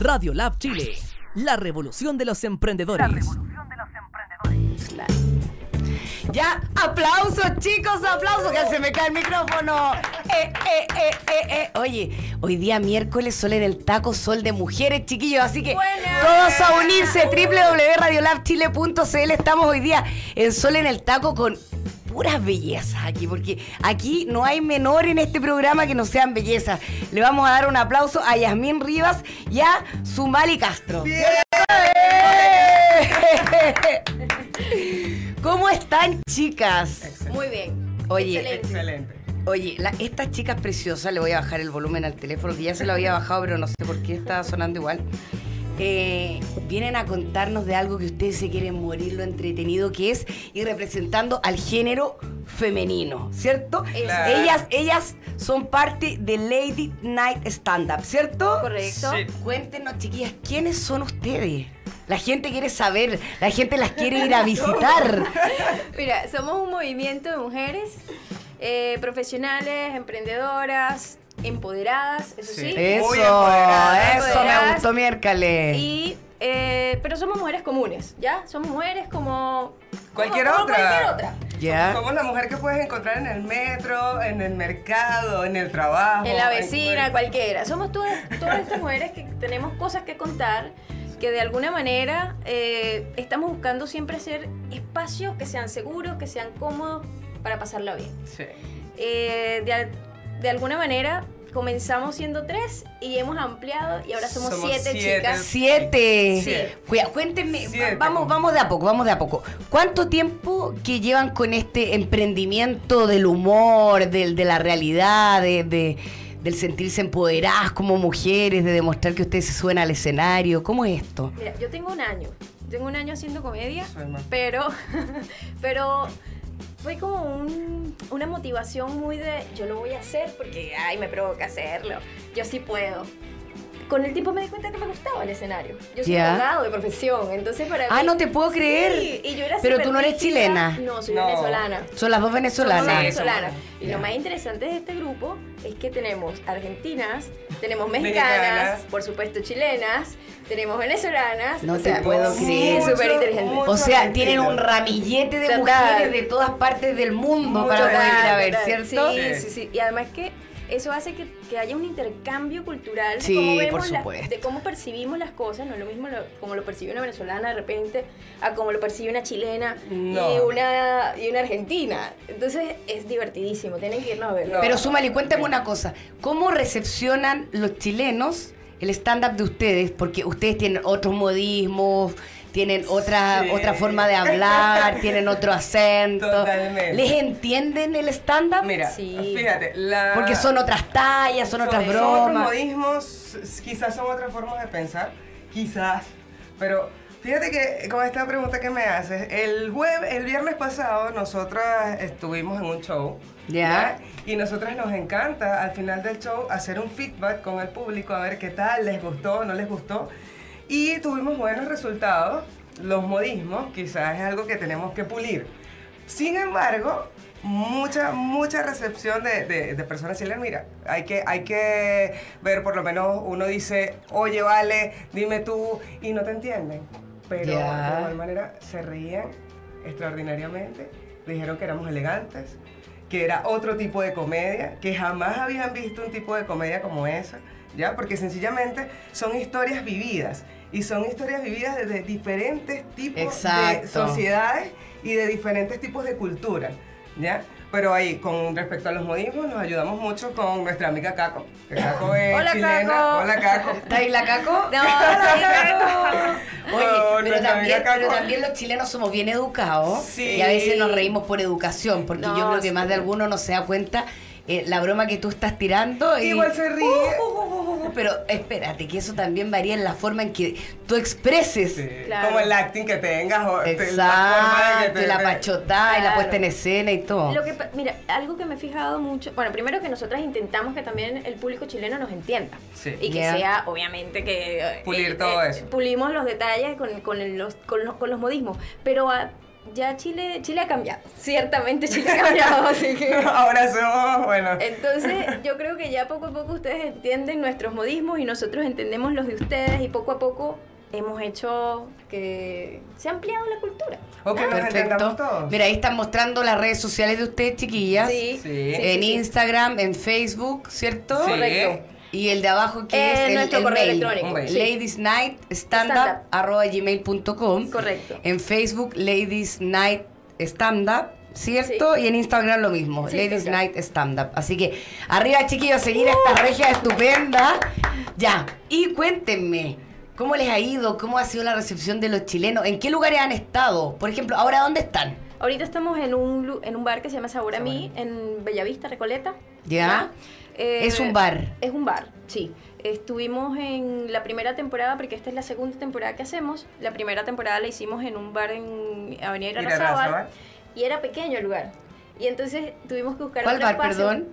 Radio Lab Chile, la revolución de los emprendedores. Claro. Ya, aplausos, chicos, aplausos, que se me cae el micrófono. Eh, eh, eh, eh, eh. Oye, hoy día miércoles sol en el taco, sol de mujeres, chiquillos, así que Buena. todos a unirse, www.radiolabchile.cl. Estamos hoy día en sol en el taco con puras bellezas aquí, porque aquí no hay menor en este programa que no sean bellezas. Le vamos a dar un aplauso a Yasmín Rivas y a Sumali Castro. ¡Eh! ¿Cómo están, chicas? Muy bien. Oye, Excelente. Excelente. oye, la- estas chicas preciosas, le voy a bajar el volumen al teléfono, que ya se lo había bajado, pero no sé por qué estaba sonando igual. Eh, vienen a contarnos de algo que ustedes se quieren morir, lo entretenido que es, y representando al género femenino, ¿cierto? Claro. Ellas, ellas son parte de Lady Night Stand Up, ¿cierto? Correcto. Sí. Cuéntenos, chiquillas, ¿quiénes son ustedes? La gente quiere saber, la gente las quiere ir a visitar. Mira, somos un movimiento de mujeres eh, profesionales, emprendedoras, empoderadas, eso sí. Sí. Eso, Muy empoderada. eso me Empoderadas. gustó miércoles. Y, eh, pero somos mujeres comunes, ¿ya? Somos mujeres como... Cualquier como- como otra. Cualquier otra. ¿Ya? Somos la mujer que puedes encontrar en el metro, en el mercado, en el trabajo. En la vecina, en cualquiera. Somos todas, todas estas mujeres que tenemos cosas que contar, que de alguna manera eh, estamos buscando siempre hacer espacios que sean seguros, que sean cómodos para pasarla bien. Sí. Eh, de, al- de alguna manera comenzamos siendo tres y hemos ampliado y ahora somos, Somos siete, siete. chicas. Siete. Sí. Cuida- cuéntenme, Siete. va- vamos, vamos de a poco, vamos de a poco. ¿Cuánto tiempo que llevan con este emprendimiento del humor, del, de la realidad, de, de- del sentirse empoderadas como mujeres, de demostrar que ustedes se suben al escenario? ¿Cómo es esto? Mira, yo tengo un año, tengo un año haciendo comedia, Soy más- pero, pero fue como un- una motivación muy de yo lo voy a hacer porque ay me provoca hacerlo, yo sí puedo. Con el tiempo me di cuenta que me gustaba el escenario. Yo soy Ya. abogado de profesión, entonces para Ah, mí- no te puedo creer. Sí, y yo era Pero tú no eres superrígida. chilena. No, soy No. venezolana. Son las dos venezolanas. Somos Sí, venezolanas. somos- Y Ya. lo más interesante de este grupo es que tenemos argentinas, tenemos mexicanas, Mexicanas. por supuesto chilenas, tenemos venezolanas. No o te sea, puedo sí, creer. súper inteligente. Mucho, O sea, mucho tienen un argentino. ramillete de Total. mujeres de todas partes del mundo Mucho para poder ir a ver, Total, total. ¿cierto? Sí, sí, sí. Y además que eso hace que, que haya un intercambio cultural de Sí, cómo vemos por la- supuesto. de cómo percibimos las cosas. No es lo mismo lo- como lo percibe una venezolana de repente a como lo percibe una chilena y, No. una, y una argentina. Entonces es divertidísimo. Tienen que irnos a verlo. No. Pero súmale, cuéntame una cosa. ¿Cómo recepcionan los chilenos el stand-up de ustedes? Porque ustedes tienen otros modismos, tienen otra, Sí. otra forma de hablar, tienen otro acento. Totalmente. ¿Les entienden el stand-up? Mira, Sí. fíjate, la- Porque son otras tallas, son otras son otros bromas. modismos, s- quizás son otras formas de pensar, quizás. Pero fíjate que con esta pregunta que me haces, el jueves, el viernes pasado nosotras estuvimos en un show. Ya. Y nosotras nos encanta al final del show hacer un feedback con el público, a ver qué tal, les gustó, no les gustó. Y tuvimos buenos resultados. Los modismos quizás es algo que tenemos que pulir. Sin embargo, mucha, mucha recepción de, de- de personas chilenas. Mira, hay que, hay que ver, por lo menos uno dice, oye, vale, dime tú, y no te entienden. Pero Ya. de igual manera se reían extraordinariamente, dijeron que éramos elegantes, que era otro tipo de comedia, que jamás habían visto un tipo de comedia como esa, ¿ya? Porque sencillamente son historias vividas, y son historias vividas desde diferentes tipos Exacto. de sociedades y de diferentes tipos de cultura, ¿ya? Pero ahí, con respecto a los modismos, nos ayudamos mucho con nuestra amiga Caco, que Caco es Hola, chilena. Caco. Hola, Caco. ¿Está ahí la caco? No, sí, pero- Oye, No, pero, nuestra también, amiga Caco. pero también los chilenos somos bien educados Sí. y a veces nos reímos por educación, porque No, yo creo que sí. más de alguno no se da cuenta eh, la broma que tú estás tirando. y- Uh, Igual se ríe. Pero espérate, que eso también varía en la forma en que tú expreses. Sí, Claro. Como el acting que tengas o te- forma de que Exacto, y te- la pachotada y la Claro. puesta en escena y todo. Lo que, pa- mira, algo que me he fijado mucho, bueno, primero que nosotras intentamos que también el público chileno nos entienda Sí. y que Ya. sea, obviamente, que... eh, Pulir eh, todo eh, eso. Pulimos los detalles con, con el- los, con, los, con los modismos, pero ah, ya Chile, Chile ha cambiado. Ciertamente Chile ha cambiado, así que... Ahora somos, bueno. Entonces, yo creo que ya poco a poco ustedes entienden nuestros modismos y nosotros entendemos los de ustedes y poco a poco hemos hecho que se ha ampliado la cultura. O que nos entendamos todos. Mira, ahí están mostrando las redes sociales de ustedes, chiquillas. Eh, Sí. Sí. En Instagram, en Facebook, ¿cierto? Sí. Correcto. Y el de abajo que Eh, es el, nuestro el correo mail. electrónico, Un sí. Stand up. ladysnight.standup@gmail.com. Correcto. En Facebook Ladies Night Stand Up, ¿cierto? Sí. Y en Instagram lo mismo, Sí, Ladies sí, sí. Night Stand Up. Así que arriba chiquillos, seguir Uh. esta regia estupenda. Ya, y cuéntenme ¿Cómo les ha ido? ¿Cómo ha sido la recepción de los chilenos? ¿En qué lugares han estado? Por ejemplo, ¿ahora dónde están? Ahorita estamos en un, lu- en un bar que se llama Sabor a mí, en Bellavista, Recoleta. Ya. Eh, Es un bar. Es un bar, sí. Estuvimos en la primera temporada, porque esta es la segunda temporada que hacemos. La primera temporada la hicimos en un bar en Avenida Irarrázaval. Irarrázaval y era pequeño el lugar. Y entonces tuvimos que buscar ¿Cuál otro bar, espacio. perdón?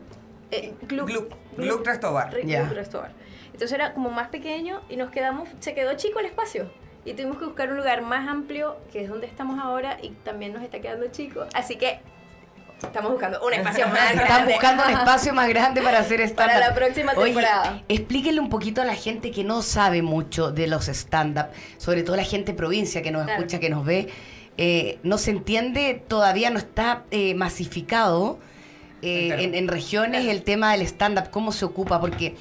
Eh, Gluck. Gluck- Gluck Gluck- Restobar. Re- Ya. Gluck Restobar. Entonces era como más pequeño y nos quedamos, se quedó chico el espacio. Y tuvimos que buscar un lugar más amplio, que es donde estamos ahora, y también nos está quedando chico. Así que estamos buscando un espacio más grande. Están buscando un espacio más grande para hacer stand-up. Para la próxima Oye, temporada. explíquenle un poquito a la gente que no sabe mucho de los stand-up, sobre todo la gente de provincia que nos Claro. escucha, que nos ve. eh, no se entiende, todavía no está eh, masificado eh, Claro. en, en regiones el tema del stand-up, cómo se ocupa, porque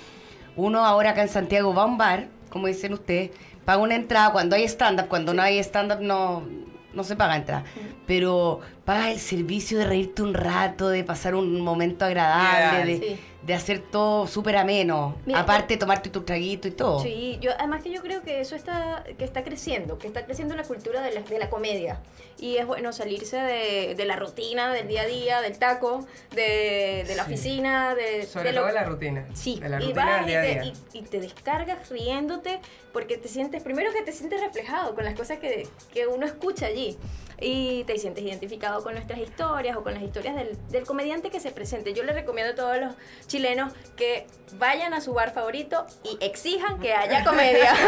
uno ahora acá en Santiago va a un bar, como dicen ustedes, paga una entrada cuando hay stand-up, cuando no hay stand-up no, no se paga entrada, pero pagas el servicio de reírte un rato, de pasar un momento agradable, Ideal. de, Sí. de hacer todo súper ameno, Mira, aparte de tomarte tu traguito y todo. Sí, yo además que yo creo que eso está que está creciendo, que está creciendo la cultura de la, de la comedia y es bueno salirse de, de la rutina del día a día, del taco, de, de la Sí. oficina, de, Sobre de lo- todo de la rutina. Sí, De la y rutina vas y del día a te, día. y- y te descargas riéndote porque te sientes, primero que te sientes reflejado con las cosas que, que uno escucha allí y te sientes identificado con nuestras historias o con las historias del, del comediante que se presente. Yo le recomiendo a todos los chilenos que vayan a su bar favorito y exijan que haya comedia.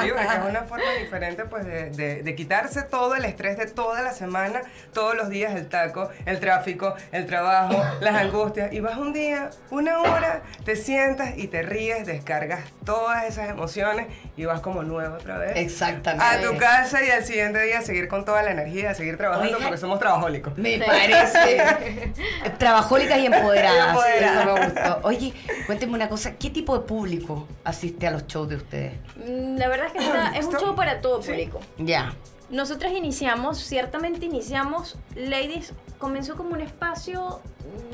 Sí, porque es una forma diferente pues de, de- de quitarse todo el estrés de toda la semana, todos los días el taco, el tráfico, el trabajo, las angustias. Y vas un día, una hora, te sientas y te ríes, descargas todas esas emociones y vas como nuevo otra vez. A Exactamente. tu casa y al siguiente día seguir con toda la energía, seguir trabajando Oiga. porque somos trabajólicos. Me parece. Trabajólicas y empoderadas. Y empoderadas. Eso me gustó. Oye, cuénteme una cosa, ¿qué tipo de público asiste a los shows de ustedes? Mm, La verdad es que está- es un show para todo Sí. público. Ya. Nosotras iniciamos, ciertamente iniciamos, Ladies comenzó como un espacio,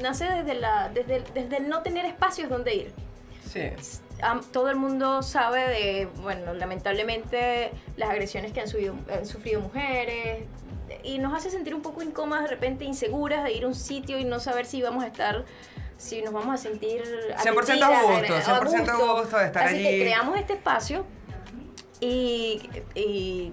nace desde, la, desde, el- desde el no tener espacios donde ir. Sí. Am- Todo el mundo sabe de, bueno, lamentablemente las agresiones que han, subido- han sufrido mujeres y nos hace sentir un poco incómodas de repente, inseguras de ir a un sitio y no saber si vamos a estar, si nos vamos a sentir 100% a atendidas, gusto, agre- 100% a gusto de estar Así allí. que creamos este espacio y, y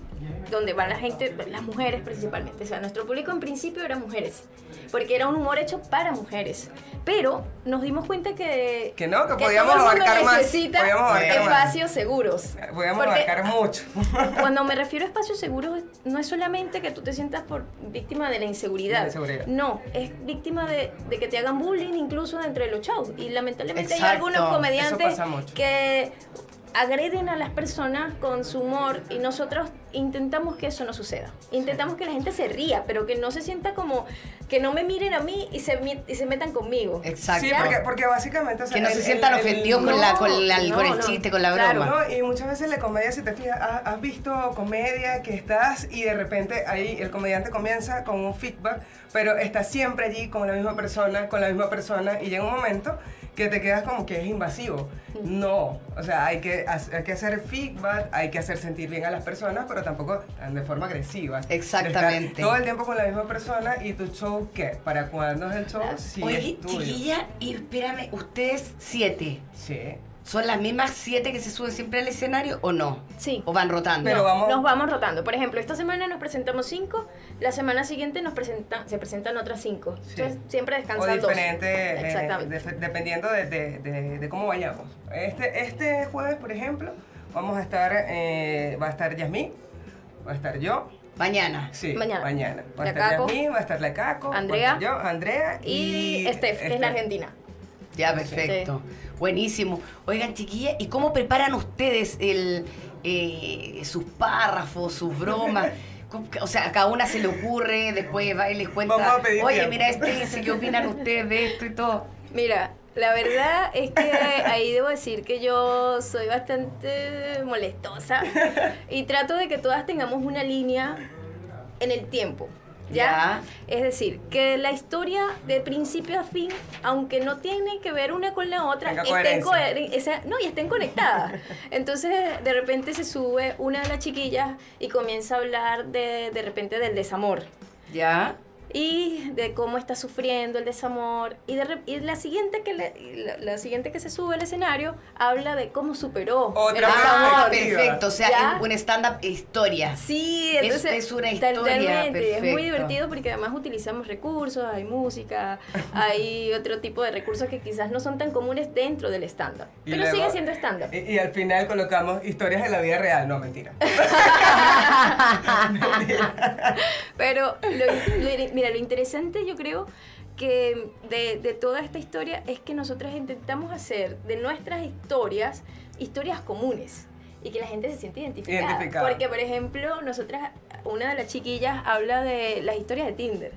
donde van la gente, las mujeres principalmente. O sea, nuestro público en principio era mujeres, porque era un humor hecho para mujeres. Pero nos dimos cuenta que... Que no, que podíamos todo el mundo abarcar más, necesita podíamos abarcar más. espacios seguros. Podemos Porque abarcar mucho. Cuando me refiero a espacios seguros, no es solamente que tú te sientas por víctima de la inseguridad. De la inseguridad. No, es víctima de, de que te hagan bullying incluso dentro de los shows. Y lamentablemente hay Exacto, algunos eso comediantes pasa mucho. que agreden a las personas con su humor y nosotros intentamos que eso no suceda. Intentamos que la gente se ría, pero que no se sienta como que no me miren a mí y se, mi- y se metan conmigo. Exacto. Sí, porque, porque básicamente... o sea, que no el- se el- sientan el- ofendidos con, no, la, con, la- no, con el no, chiste, con la claro, broma. No, y muchas veces la comedia, si te fijas, ha- has visto comedia que estás y de repente ahí el comediante comienza con un feedback, pero está siempre allí con la misma persona, con la misma persona, y llega un momento que te quedas como que es invasivo. Mm. No, o sea, hay que, ha- hay que hacer feedback, hay que hacer sentir bien a las personas, pero tampoco tan de forma agresiva. De estar Exactamente. Todo el tiempo con la misma persona y tu show, ¿qué? ¿Para cuándo es el show? Sí, Oye, es tuyo. chiquilla, y espérame, ¿ustedes siete Sí. son las mismas siete que se suben siempre al escenario o no? Sí. ¿O van rotando? Pero vamos- Nos vamos rotando. Por ejemplo, esta semana nos presentamos cinco, la semana siguiente nos presenta, se presentan otras cinco. Sí. Entonces siempre O descansan diferente, dos. eh, Exactamente. def- dependiendo de, de- de- de cómo vayamos. Este, este jueves, por ejemplo, vamos a estar, eh, va a estar Yasmín, va a estar yo, Mañana. Sí, Mañana. mañana. Va a La estar Caco. Yasmín, va a estar la Caco, va a Andrea. estar yo, Andrea Y, Steph, que es la Argentina. Ya, perfecto. Buenísimo. Oigan, chiquillas, ¿y cómo preparan ustedes el, eh, sus párrafos, sus bromas? ¿Cómo- O sea, a cada una se le ocurre, después va y les Vamos cuenta, a pedir oye, tiempo". mira, este dice, ¿qué opinan ustedes de esto y todo? Mira, la verdad es que ahí debo decir que yo soy bastante molestosa y trato de que todas tengamos una línea en el tiempo. ¿Ya? Es decir, que la historia de principio a fin, aunque no tiene que ver una con la otra, Tenga estén, coherencia. coher- o sea, no, y estén conectadas. Entonces, de repente se sube una de las chiquillas y comienza a hablar de, de repente del desamor ¿Ya? y de cómo está sufriendo el desamor y, de, re- y la siguiente que le- y la, la siguiente que se sube al escenario habla de cómo superó Otra el vez. Ah, desamor perspectiva. perfecto. O sea, Ya. es un stand-up historia. sí Es- entonces es una historia, totalmente es perfecto. muy divertido porque además utilizamos recursos hay música hay otro tipo de recursos que quizás no son tan comunes dentro del estándar Y pero luego- sigue siendo estándar Y, y al final colocamos historias de la vida real, no mentira. Pero lo, lo- mira, lo interesante yo creo que de, de toda esta historia es que nosotras intentamos hacer de nuestras historias historias comunes y que la gente se siente identificada. Identificada. Porque, por ejemplo, nosotras, una de las chiquillas habla de las historias de Tinder.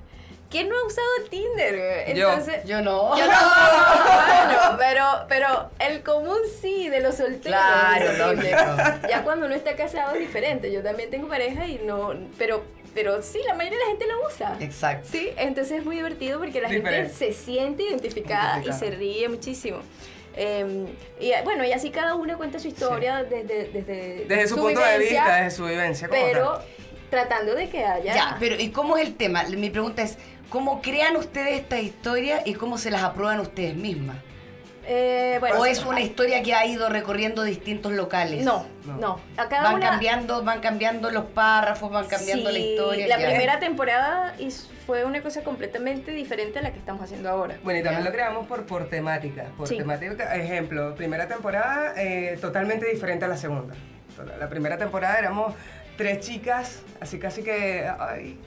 ¿Quién no ha usado Tinder? güey? Yo. Entonces, Yo no. yo no, bueno, pero, pero el común sí, de los solteros. Claro, es horrible. lógico. Ya cuando uno está casado es diferente. Yo también tengo pareja y no. Pero, pero sí, la mayoría de la gente lo usa. Exacto. Sí, entonces es muy divertido porque la Diferente. gente se siente identificada, y se Identificada. ríe muchísimo. Eh, y bueno, y así cada una cuenta su historia desde, desde, Desde su, punto de vivencia, vista, desde su vivencia. como Pero tal. tratando de que haya. Ya, pero ¿y cómo es el tema? Mi pregunta es, ¿cómo crean ustedes esta historia y cómo se las aprueban ustedes mismas? eh, bueno, ¿O es una historia que ha ido recorriendo distintos locales? No, No. no. A cada van una- cambiando, van cambiando los párrafos, van cambiando la Sí, historia. La ya. primera temporada is- fue una cosa completamente diferente a la que estamos haciendo ahora. Bueno, y también Ya. lo creamos por, por temáticas. Por Sí. temática, ejemplo, primera temporada eh, totalmente diferente a la segunda. Toda- La primera temporada éramos tres chicas, así casi que, ay,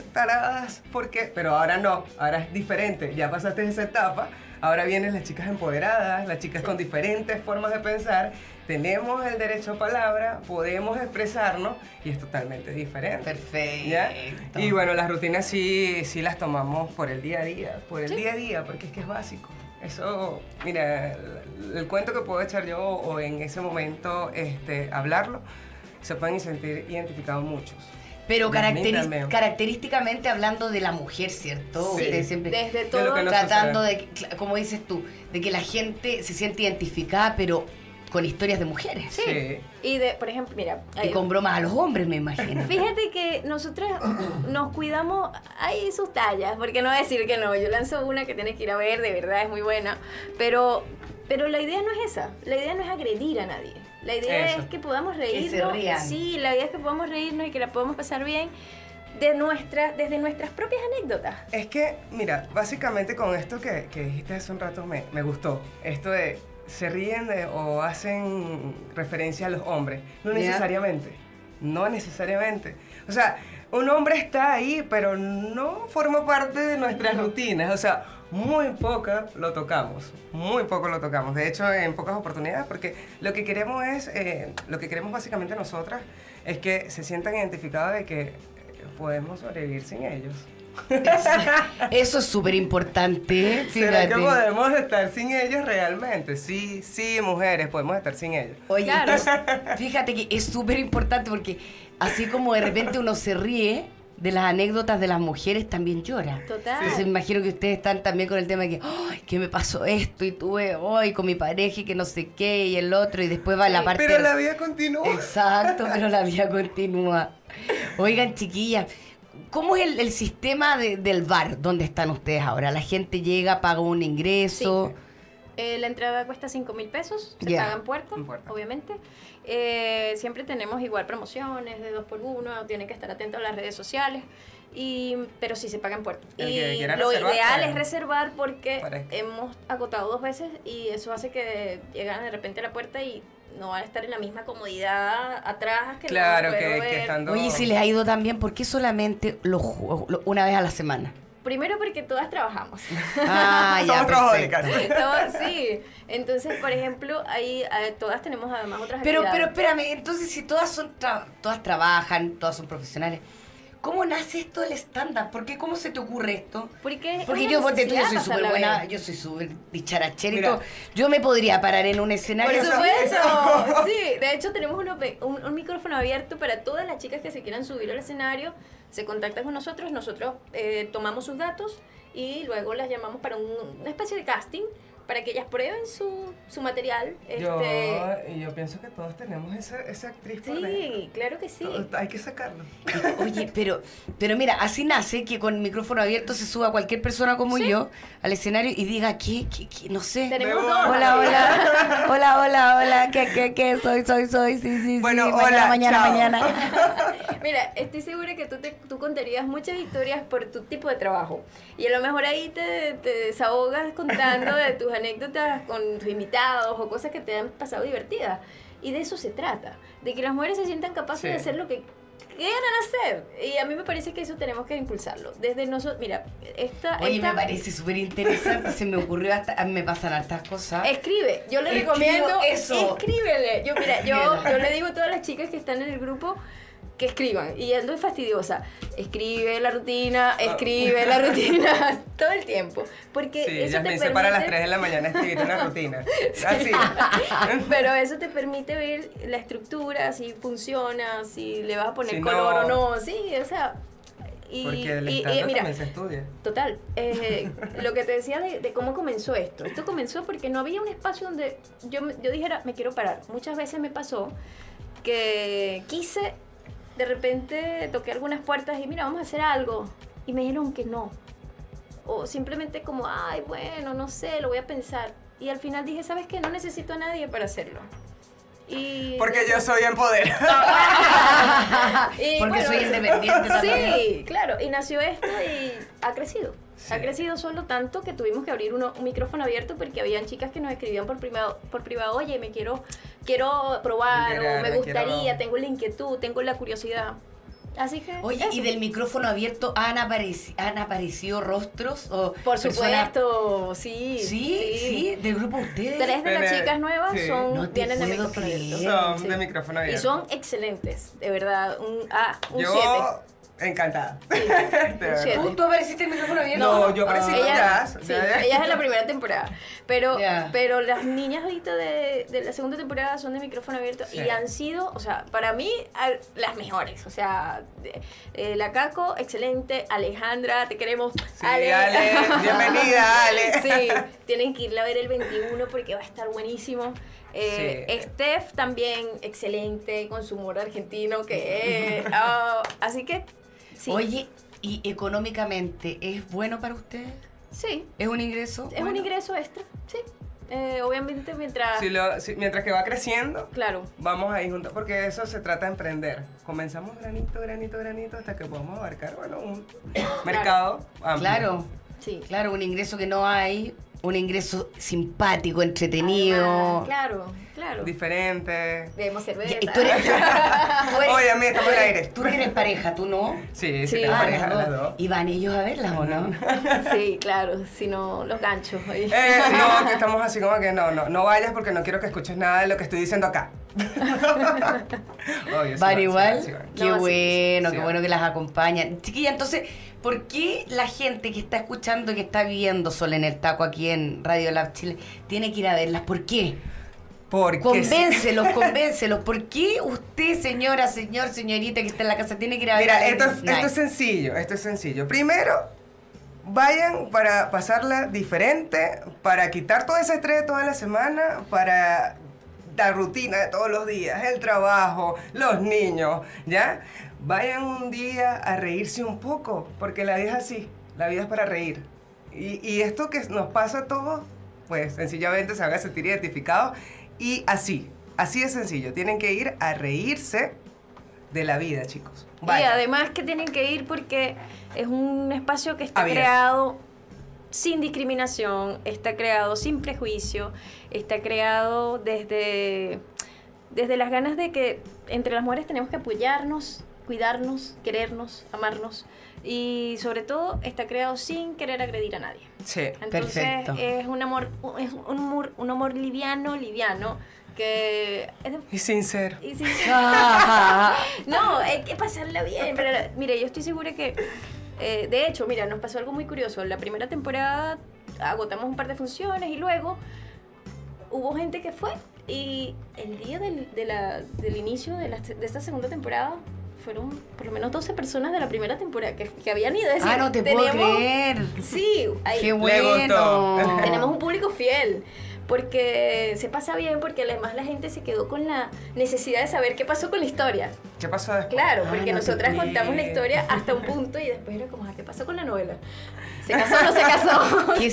desentaradas, ¿por qué? Pero ahora no, ahora es diferente, ya pasaste esa etapa, ahora vienen las chicas empoderadas, las chicas con diferentes formas de pensar, tenemos el derecho a palabra, podemos expresarnos y es totalmente diferente. Perfecto. ¿Ya? Y bueno, las rutinas sí, sí las tomamos por el día a día, por el Sí. día a día, porque es que es básico. Eso, mira, el, el cuento que puedo echar yo o en ese momento este, hablarlo, se pueden sentir identificados muchos. Pero Las caracteri- minas, meo. característicamente hablando de la mujer, ¿cierto? Sí. Ustedes siempre Desde De lo todo. que no- tratando de, que- cla- como dices tú, de que la gente se siente identificada, pero con historias de mujeres. Sí. Sí. Y de, por ejemplo, mira. Y ahí- con bromas a los hombres, me imagino. Fíjate que nosotras nos cuidamos, hay sus tallas, porque no decir que no, yo lanzo una que tienes que ir a ver, de verdad es muy buena, pero, pero la idea no es esa, la idea no es agredir a nadie, la idea Eso. es que podamos se reírnos, rían. sí, la idea es que podamos reírnos y que la podamos pasar bien de nuestra, desde nuestras propias anécdotas. Es que, mira, básicamente con esto que, que dijiste hace un rato me, me gustó. Esto de se ríen de- o hacen referencia a los hombres. No Ya. necesariamente. No necesariamente. O sea, un hombre está ahí, pero no forma parte de nuestras rutinas. O sea, muy poca lo tocamos. Muy poco lo tocamos. De hecho, en pocas oportunidades, porque lo que queremos es, eh, lo que queremos básicamente nosotras, es que se sientan identificados de que eh, podemos sobrevivir sin ellos. Eso es súper importante. ¿Será que fíjate. podemos estar sin ellos realmente? Sí, sí, mujeres, podemos estar sin ellos. Oye, Claro. es- fíjate que es súper importante porque así como de repente uno se ríe de las anécdotas de las mujeres, también llora. Total. Entonces me imagino que ustedes están también con el tema de que, ay, ¿qué me pasó esto? Y tuve hoy con mi pareja y que no sé qué y el otro y después va la parte... Pero la vida continúa. Exacto, pero la vida continúa. Oigan, chiquillas, ¿cómo es el, el sistema de- del bar donde están ustedes ahora? La gente llega, paga un ingreso. Eh, la entrada cuesta 5 mil pesos, se Ya. paga en puerta, En puerta. obviamente. Eh, siempre tenemos igual promociones de 2x1, tienen que estar atentos a las redes sociales, y, pero sí se paga en puerta. El que y quiera lo reservar, ideal paga. es reservar porque Para esto. hemos agotado dos veces y eso hace que llegan de repente a la puerta y no van a estar en la misma comodidad atrás que Claro, no puedo que, ver. que estando... Oye, si les ha ido tan bien, ¿por qué solamente los ju- lo- una vez a la semana? Primero porque todas trabajamos. Ah, Somos perfecto. trabajólicas. Todas, sí. Entonces, por ejemplo, ahí eh, todas tenemos además otras Pero, pero actividades. espérame, entonces si todas son tra- todas trabajan, todas son profesionales, ¿cómo nace esto del stand-up? ¿Por qué? ¿Cómo se te ocurre esto? Porque, es Porque una yo, ponte tú, yo necesidad soy pasarla súper buena, bien. yo soy súper dicharachera y Mira. todo. Yo me podría parar en un Por escenario. Eso- supuesto. Sí, de hecho tenemos uno pe- un, un micrófono abierto para todas las chicas que se quieran subir al escenario. Se contactan con nosotros, nosotros eh, tomamos sus datos y luego las llamamos para un- una especie de casting para que ellas prueben su, su material. Yo, Este, y yo pienso que todos tenemos esa, esa actriz por dentro. sí, claro que sí. Todo- Hay que sacarlo. Oye, pero, pero mira, así nace que con micrófono abierto se suba cualquier persona como yo al escenario y diga, ¿qué? ¿Qué? qué? No sé. Tenemos Me dos. voy. Hola, hola, hola, hola, hola, ¿qué, qué, qué? Soy, soy, soy, sí, sí, sí. Bueno, mañana, hola, mañana, chao. mañana. Mira, estoy segura que tú, te, tú contarías muchas historias por tu tipo de trabajo. Y a lo mejor ahí te, te desahogas contando de tus anécdotas con tus invitados o cosas que te han pasado divertidas. Y de eso se trata, de que las mujeres se sientan capaces Sí. de hacer lo que quieran hacer. Y a mí me parece que eso tenemos que impulsarlo. Desde nosotros, mira, esta... Oye, esta- me parece súper interesante, se me ocurrió hasta, a mí me pasan hartas cosas. Escribe, yo le Escribo recomiendo eso. Escríbele. Yo mira, yo, Escríbela. yo le digo a todas las chicas que están en el grupo que escriban y ando fastidiosa. Escribe la rutina, Ah. escribe la rutina todo el tiempo, porque Sí, eso ya te me permite hice para las 3 de la mañana escribir una rutina. Así. pero eso te permite ver la estructura, si funciona, si le vas a poner Si color no- o no, sí, o sea, y, Porque el y- y stand mira, también se estudia. Total, eh, lo que te decía de, de cómo comenzó esto. Esto comenzó porque no había un espacio donde yo, me- yo dijera, me quiero parar. Muchas veces me pasó que quise, de repente toqué algunas puertas y mira, vamos a hacer algo. Y me dijeron que no. O simplemente como, ay, bueno, no sé, lo voy a pensar. Y al final dije, ¿sabes qué? No necesito a nadie para hacerlo. Y Porque yo soy empoderada. y Porque bueno, soy independiente también. Sí, claro. Y nació esto y ha crecido. Sí. Ha crecido solo tanto que tuvimos que abrir uno- un micrófono abierto porque habían chicas que nos escribían por privado, por privado oye, me quiero, quiero probar o Integrar, me me gustaría, quiero- tengo la inquietud, tengo la curiosidad. Así que... Oye, eso. y del micrófono abierto, ¿han, apareci- han aparecido rostros o Por personas- supuesto, sí. Sí, sí, del grupo de ustedes. Tres de las Pero- chicas nuevas sí. son, No te vienen de puedo micrófono abierto. creer. Son de micrófono abierto. Y son excelentes, de verdad. Un A, un 7. Yo, encantada. De verdad. siete. ¿Tú, tú apareciste en el micrófono abierto? No, yo aparecí Ah. con ella, jazz, sí, ya, ya. ella es de la primera temporada. Pero, Ya. pero las niñas ahorita de, de la segunda temporada son de micrófono abierto Sí. y han sido, o sea, para mí, al- las mejores. O sea, de- eh, la Caco, excelente. Alejandra, te queremos. Sí, Ale, bienvenida, Ale. Sí, tienen que irla a ver el 21 porque va a estar buenísimo. Eh, Sí. Steph también, excelente, con su humor argentino que es. Ah, así que, sí. Oye, ¿y económicamente es bueno para ustedes? Sí, ¿Es un ingreso? Es un bueno? ingreso extra, sí. Eh, obviamente mientras... Si lo- si- mientras que va creciendo, Claro. vamos ahí juntos. Porque de eso se trata de emprender. Comenzamos granito, granito, granito, hasta que podamos abarcar, bueno, un mercado amplio. Claro, Sí. claro, un ingreso que no hay, un ingreso simpático, entretenido. Además, Ah, claro, claro. Diferente. Debemos cerveza. Y tú eres- tú eres- Oye, mira, estamos en aire. Tú eres pareja, tú no. Sí, Sí. sí, Ah, tengo pareja, las las dos. dos. ¿Y van ellos a verlas o no? sí, claro. Si no, los ganchos. ahí. Eh, no, que estamos así como que no, no, no vayas porque no quiero que escuches nada de lo que estoy diciendo acá. Obvio, sí ¿Van sí igual? sí van. Qué No, sí, bueno, sí, qué sí. bueno que las acompañan. Chiquilla, entonces, ¿por qué la gente que está escuchando, que está viendo Sol en el Taco aquí en Radio Lab Chile, tiene que ir a verlas? ¿Por qué? Porque Convéncelos, convéncelos. ¿Por qué usted, señora, señor, señorita que está en la casa, tiene que ir a ver a Mira, Ladies esto, es- esto es Night? sencillo, esto es sencillo. Primero, vayan para pasarla diferente, para quitar todo ese estrés de toda la semana, para la rutina de todos los días, el trabajo, los niños, ¿ya? Vayan un día a reírse un poco, porque la vida es así, la vida es para reír. Y, y esto que nos pasa a todos, pues sencillamente se van a sentir identificados y así, así de sencillo, tienen que ir a reírse de la vida, chicos. Y Vayan. además que tienen que ir porque es un espacio que está Abierto. creado sin discriminación, está creado sin prejuicio, está creado desde desde las ganas de que entre las mujeres tenemos que apoyarnos, cuidarnos, querernos, amarnos y sobre todo está creado sin querer agredir a nadie. Sí, Entonces eh, Perfecto. es un amor es un humor, un amor liviano, liviano que es de- y sincero. y sin- Ah, no, hay que pasarla bien. Pero mire, yo estoy segura que. eh, de hecho, mira, nos pasó algo muy curioso. La primera temporada agotamos un par de funciones y luego hubo gente que fue. Y el día del, de la- del inicio de, la- de esta segunda temporada fueron por lo menos 12 personas de la primera temporada que, que habían ido. Es decir, ah, no te puedo tenemos- creer. Sí, hay- Qué gustó. bueno. tenemos un público fiel. Porque se pasa bien, porque además la gente se quedó con la necesidad de saber qué pasó con la historia. ¿Qué pasó después? Claro, Ah, porque no te nosotras creo. contamos la historia hasta un punto y después era como, ah, ¿qué pasó con la novela? ¿Se casó o no se casó? Qué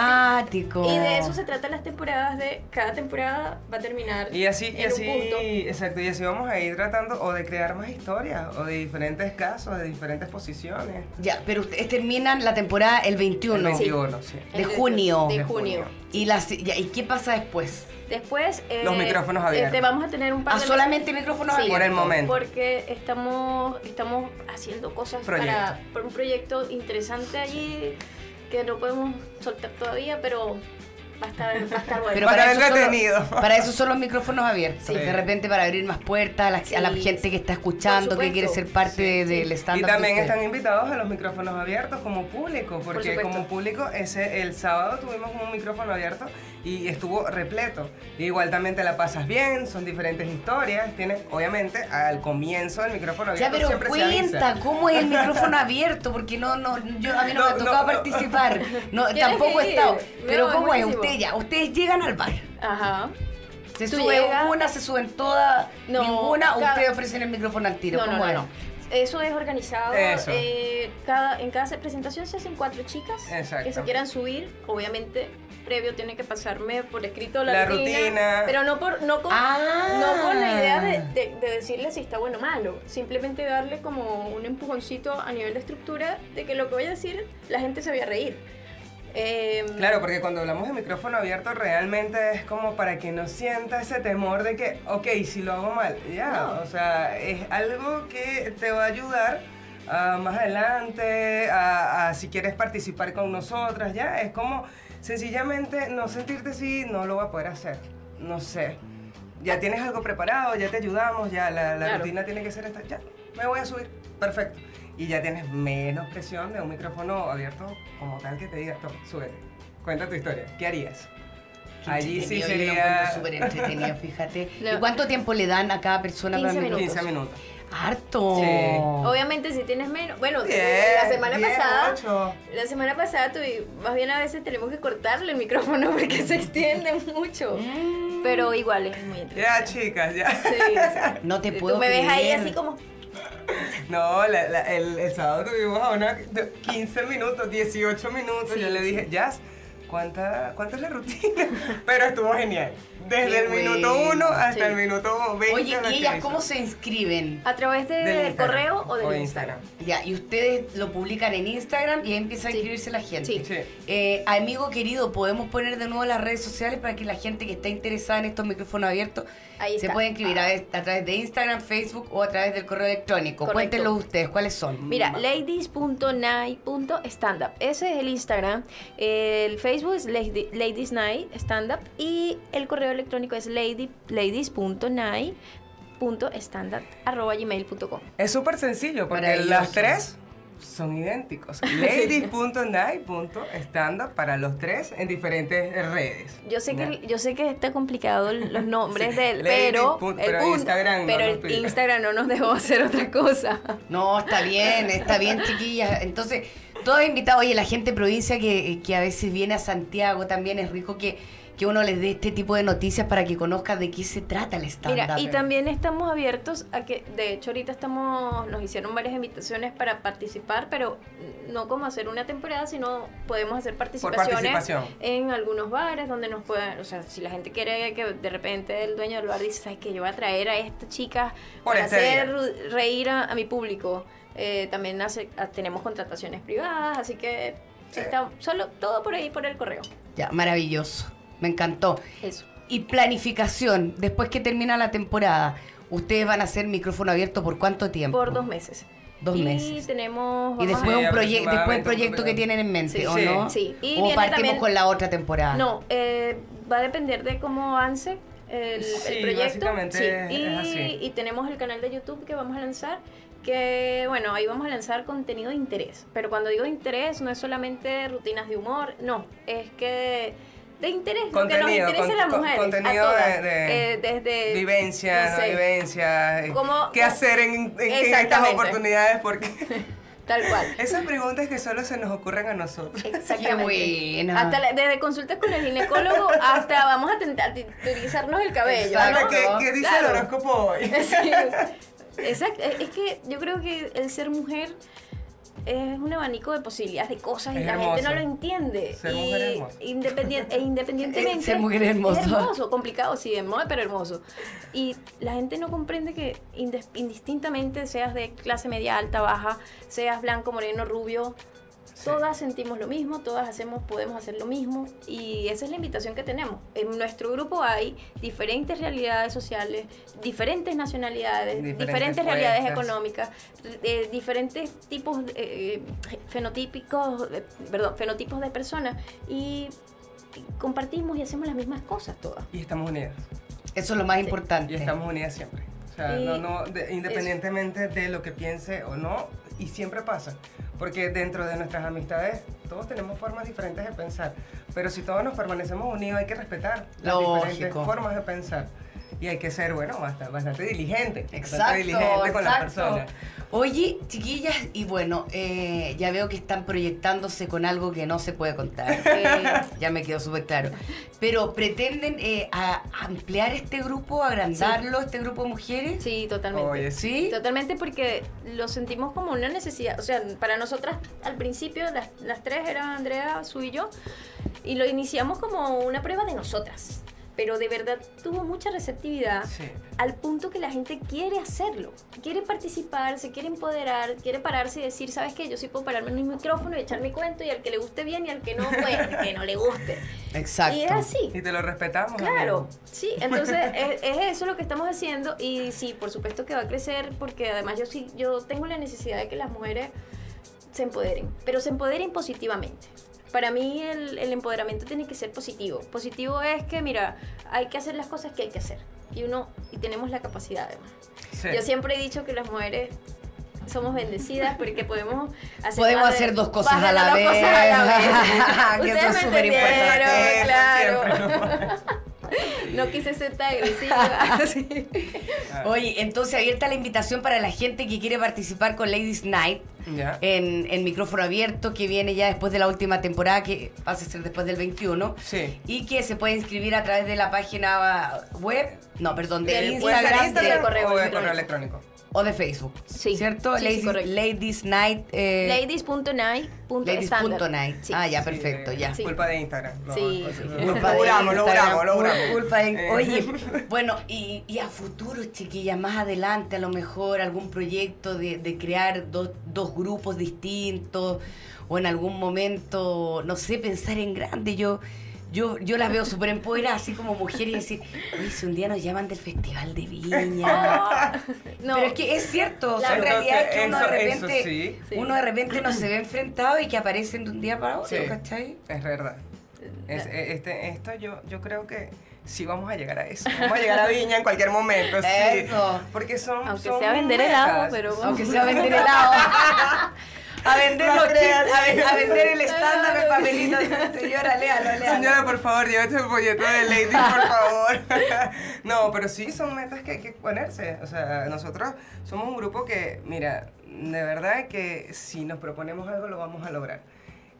simpático. Y de eso se tratan las temporadas de cada temporada va a terminar Y así, y en así, un punto. exacto, y así vamos a ir tratando o de crear más historias, o de diferentes casos, de diferentes posiciones. Ya, pero ustedes terminan la temporada el 21. El 21, sí. De junio. De De junio. junio. Y, las, ya, ¿Y qué pasa después? Después eh, Los micrófonos abiertos. este, vamos a tener un par Ah, de solamente micrófonos Sí. abiertos. Por el momento. porque estamos estamos haciendo cosas Proyecto. para por un proyecto interesante allí que no podemos soltar todavía, pero va a estar va a estar bueno. Pero Para para, el eso detenido. son los, para eso son los micrófonos abiertos. Sí. De repente para abrir más puertas a la, a la Sí. gente que está Por escuchando, supuesto. que quiere ser parte de- del Y estándar. también están invitados a los micrófonos abiertos como público, porque supuesto. como público ese el sábado tuvimos un micrófono abierto y estuvo repleto. Igual también te la pasas bien, son diferentes historias, tienes obviamente al comienzo del micrófono Ya, abierto pero siempre se cuenta avisa. cómo es el micrófono abierto, porque no, no, yo a mí no, me No, ha no, tocado no. participar. No, Tienes tampoco que he estado. ir. Pero No, es cómo es, buenísimo. ustedes ya, ustedes llegan al bar. Ajá. Se Tú sube llegas- una, se suben todas, No, ninguna, cada- ustedes ofrecen el micrófono al tiro. No, no, ¿Cómo no, es? no. Eso es organizado. Eso. eh, cada, en cada se- presentación se hacen cuatro chicas Exacto. que se quieran subir. Obviamente, previo tiene que pasarme por escrito la, La rutina. Pero no, por, no, con, Ah. no con la idea de, de- de decirle si está bueno o malo. Simplemente darle como un empujoncito a nivel de estructura de que lo que voy a decir la gente se vaya a reír. Eh, Claro, porque cuando hablamos de micrófono abierto realmente es como para que no sienta ese temor de que, ok, si lo hago mal, ya, No. o sea, es algo que te va a ayudar ah, más adelante, a, a si quieres participar con nosotras, ya, es como sencillamente no sentirte si no lo va a poder hacer, no sé. Ya tienes algo preparado, ya te ayudamos, ya la, la Claro. rutina tiene que ser esta, ya, me voy a subir, perfecto. Y ya tienes menos presión de un micrófono abierto como tal que te diga, toma, súbete, cuenta tu historia, ¿qué harías? Qué Allí sí entretenido, yo lo sería encuentro súper entretenido, fíjate. No. ¿Y cuánto tiempo le dan a cada persona 15 para el 15 micrófono? minutos. Harto. Sí. Obviamente, si tienes menos. Bueno, Bien, la semana bien, pasada. ocho. La semana pasada, tuvi- más bien a veces tenemos que cortarle el micrófono porque se extiende mucho. Pero igual es muy Ya, interesante. chicas, ya. Mm. Sí, sí. No te Tú puedo me ves ahí creer. así como. No, la- la- el, el sábado tuvimos a una de 15 minutos, 18 minutos. Sí, yo le dije, Jazz, ¿cuánta, ¿cuánta es la rutina? Pero estuvo genial. Desde Qué el minuto bueno. 1 hasta Sí. el minuto 20. Oye, la ¿y que ellas hizo. cómo se inscriben? A través de- Del del Instagram correo o del Instagram. Ya, y ustedes lo publican en Instagram y ahí empieza a Sí. inscribirse la gente. Sí. Sí. Eh, amigo querido, podemos poner de nuevo las redes sociales para que la gente que está interesada en estos micrófonos abiertos Ahí se está. pueda inscribir a, vez- a través de Instagram, Facebook o a través del correo electrónico. Correcto. Cuéntenlo ustedes, ¿cuáles son? Mira, ladies.night.standup. Ese es el Instagram. El Facebook es lady- Ladies Night Standup. Y el correo electrónico es lady, ladies.night.standup.gmail.com. Es súper sencillo porque Maravilloso. las tres son idénticos. Ladies.night.standup para los tres en diferentes redes. Yo sé, Ya. que, yo sé que está complicado el- los nombres del, Lady pero, pun- el pero punto- Instagram no pero nos el pide. Instagram no nos dejó hacer otra cosa. No, está bien, está bien, chiquillas. Entonces, todos invitados. Oye, la gente de provincia que, que a veces viene a Santiago también es rico que, que uno les dé este tipo de noticias para que conozcan de qué se trata el stand-up. Mira, y también estamos abiertos a que, de hecho, ahorita estamos, nos hicieron varias invitaciones para participar, pero no como hacer una temporada, sino podemos hacer participaciones participación. en algunos bares donde nos puedan, o sea, si la gente quiere que de repente el dueño del bar dice, ¿sabes que Yo voy a traer a esta chica Por para este hacer día". ru- reír a, a mi público. Eh, también hace- a- tenemos contrataciones privadas, así que está solo todo por ahí, por el correo. Ya, maravilloso. Me encantó. Eso. y planificación después que termina la temporada. Ustedes van a hacer micrófono abierto por cuánto tiempo? Por dos meses. Dos y meses. tenemos. Y vamos después Sí, un proyecto, después el aproximadamente, proyecto que creo. tienen en mente, Sí. ¿o Sí. no? Sí. Y o viene partimos también- con la otra Ah. temporada. No, eh, va a depender de cómo avance el, el Sí, proyecto. básicamente es- y, es así. y tenemos el canal de YouTube que vamos a lanzar, que bueno, ahí vamos a lanzar contenido de interés. Pero cuando digo interés, no es solamente rutinas de humor, no, es que de interés, lo que nos Contenido, interesa con- a las con- mujeres. contenido a todas, de- de eh, desde Vivencia, no no sé, vivencia. eh, ¿Cómo- ¿Qué cómo- hacer en, en- en estas Exactamente. oportunidades? Porque Tal cual. esas preguntas que solo se nos ocurren a nosotros. Exactamente. Qué buena. Hasta la- desde consultas con el ginecólogo hasta vamos a tentar tinturizarnos el cabello. Exacto. ¿no? ¿Qué, qué dice Claro. el horóscopo hoy? Sí. Exacto. Es que yo creo que el ser mujer es un abanico de posibilidades, de cosas, y Es la gente hermoso. no lo entiende. Ser y mujer es hermoso. independien- e independientemente. Ser mujer es es hermoso. hermoso, complicado, sí, es moda, pero hermoso. Y la gente no comprende que indes- indistintamente seas de clase media, alta, baja, seas blanco, moreno, rubio. Todas sentimos lo mismo, todas hacemos, podemos hacer lo mismo y esa es la invitación que tenemos. En nuestro grupo hay diferentes realidades sociales, diferentes nacionalidades, Diferentes diferentes, realidades puestas. económicas, eh, diferentes tipos eh, fenotípicos, eh, perdón, fenotipos de personas y compartimos y hacemos las mismas cosas todas. Y estamos unidas. Eso es lo más importante. Y estamos unidas siempre. O sea, Y- no, no, de- independientemente de lo que piense o no, y siempre pasa. Porque dentro de nuestras amistades todos tenemos formas diferentes de pensar. Pero si todos nos permanecemos unidos, hay que respetar las Lógico. diferentes formas de pensar. Y hay que ser, bueno, bastante, bastante diligente. Exacto, bastante diligente con las exacto. personas. Oye, chiquillas, y bueno, eh, ya veo que están proyectándose con algo que no se puede contar. Eh, ya me quedó súper claro. Pero pretenden eh, a- ampliar este grupo, agrandarlo, este grupo de mujeres. Sí, totalmente. Oye, ¿Sí? Totalmente porque lo sentimos como una necesidad. O sea, para nosotras al principio las, las tres eran Andrea, su y yo, y lo iniciamos como una prueba de nosotras. Pero de verdad tuvo mucha receptividad Sí. al punto que la gente quiere hacerlo, quiere participar, se quiere empoderar, quiere pararse y decir, ¿sabes qué? Yo sí puedo pararme en un micrófono y echar mi cuento y al que le guste bien y al que no, pues, que no le guste. Exacto. Y es así. Y te lo respetamos. Claro, amigo. sí, entonces es, es eso lo que estamos haciendo y sí, por supuesto que va a crecer porque además yo sí, yo tengo la necesidad de que las mujeres se empoderen, pero se empoderen positivamente. Para mí el, el empoderamiento tiene que ser positivo. Positivo es que, mira, hay que hacer las cosas que hay que hacer y uno y tenemos la capacidad además. Sí. Yo siempre he dicho que las mujeres somos bendecidas porque podemos hacer Podemos más de- hacer dos cosas a más de la dos vez. cosas a la vez. Que eso Ustedes es me súper importante. entendieron, Eso claro. siempre, ¿no? No quise ser tan Ah, agresiva. Oye, entonces abierta la invitación para la gente que quiere participar con Ladies Night Ya. en, en micrófono abierto, que viene ya después de la última temporada, que pasa a ser después del 21. Sí. y que se puede inscribir a través de la página web, no, perdón, de, Del- ¿Puede Instagram, ser de- Pues Instagram del correo o de electrónico. correo electrónico? o de Facebook. Sí. ¿Cierto? Sí, sí, ladies, correcto. ladies Night. eh, Ladies.night.standard. ladies.night. Sí. Ah, ya, Sí, perfecto, eh, ya. Sí. Culpa de Instagram. No, Sí. pues, Culpa Lo Culpa de logramos, lo logramos, Instagram, lo logramos. culpa de- Eh, Oye, bueno, y, y a futuro, chiquillas, más adelante, a lo mejor algún proyecto de, de crear dos, dos grupos distintos o en algún momento, no sé, pensar en grande. Yo yo, yo las veo súper empoderadas, así como mujeres, y decir, oye, si un día nos llaman del Festival de Viña. Ah, No, Pero es que es cierto, o sea, Claro. en realidad es que uno de Eso- eso repente, sí. Sí. uno de repente no se ve enfrentado y que aparecen de un día para otro, Sí. ¿cachai? Es verdad. Es- e- este, esto yo, yo creo que sí vamos a llegar a eso. Vamos a llegar a Viña en cualquier momento. sí. Eso. Porque son. Aunque son sea vender metas. helado, pero bueno. Aunque sea vender helado. A vender, No los creas. chips, a, ven- a vender el estándar de papelitos. Señora, léalo, léalo. Señora, por favor, llévate el folleto de Lady, por favor. no, pero sí son metas que hay que ponerse. O sea, nosotros somos un grupo que, mira, de verdad que si nos proponemos algo lo vamos a lograr.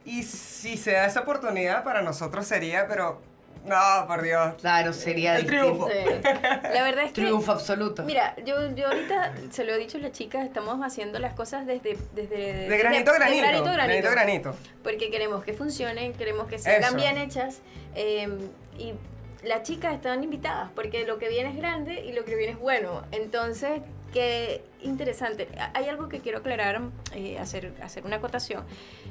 Y si se da esa oportunidad, para nosotros sería, pero. No, por Dios. Claro, sería El distinto. triunfo. sí. La verdad es que. Triunfo absoluto. Mira, yo, yo ahorita se lo he dicho a las chicas, estamos haciendo las cosas desde. desde De granito a de- de granito. granito a granito. granito a granito. Porque queremos que funcionen, queremos que se hagan Eso. bien hechas. eh, y las chicas están invitadas, porque lo que viene es grande y lo que viene es bueno. Entonces, qué interesante. Ha- Hay algo que quiero aclarar, eh, hacer, hacer una acotación.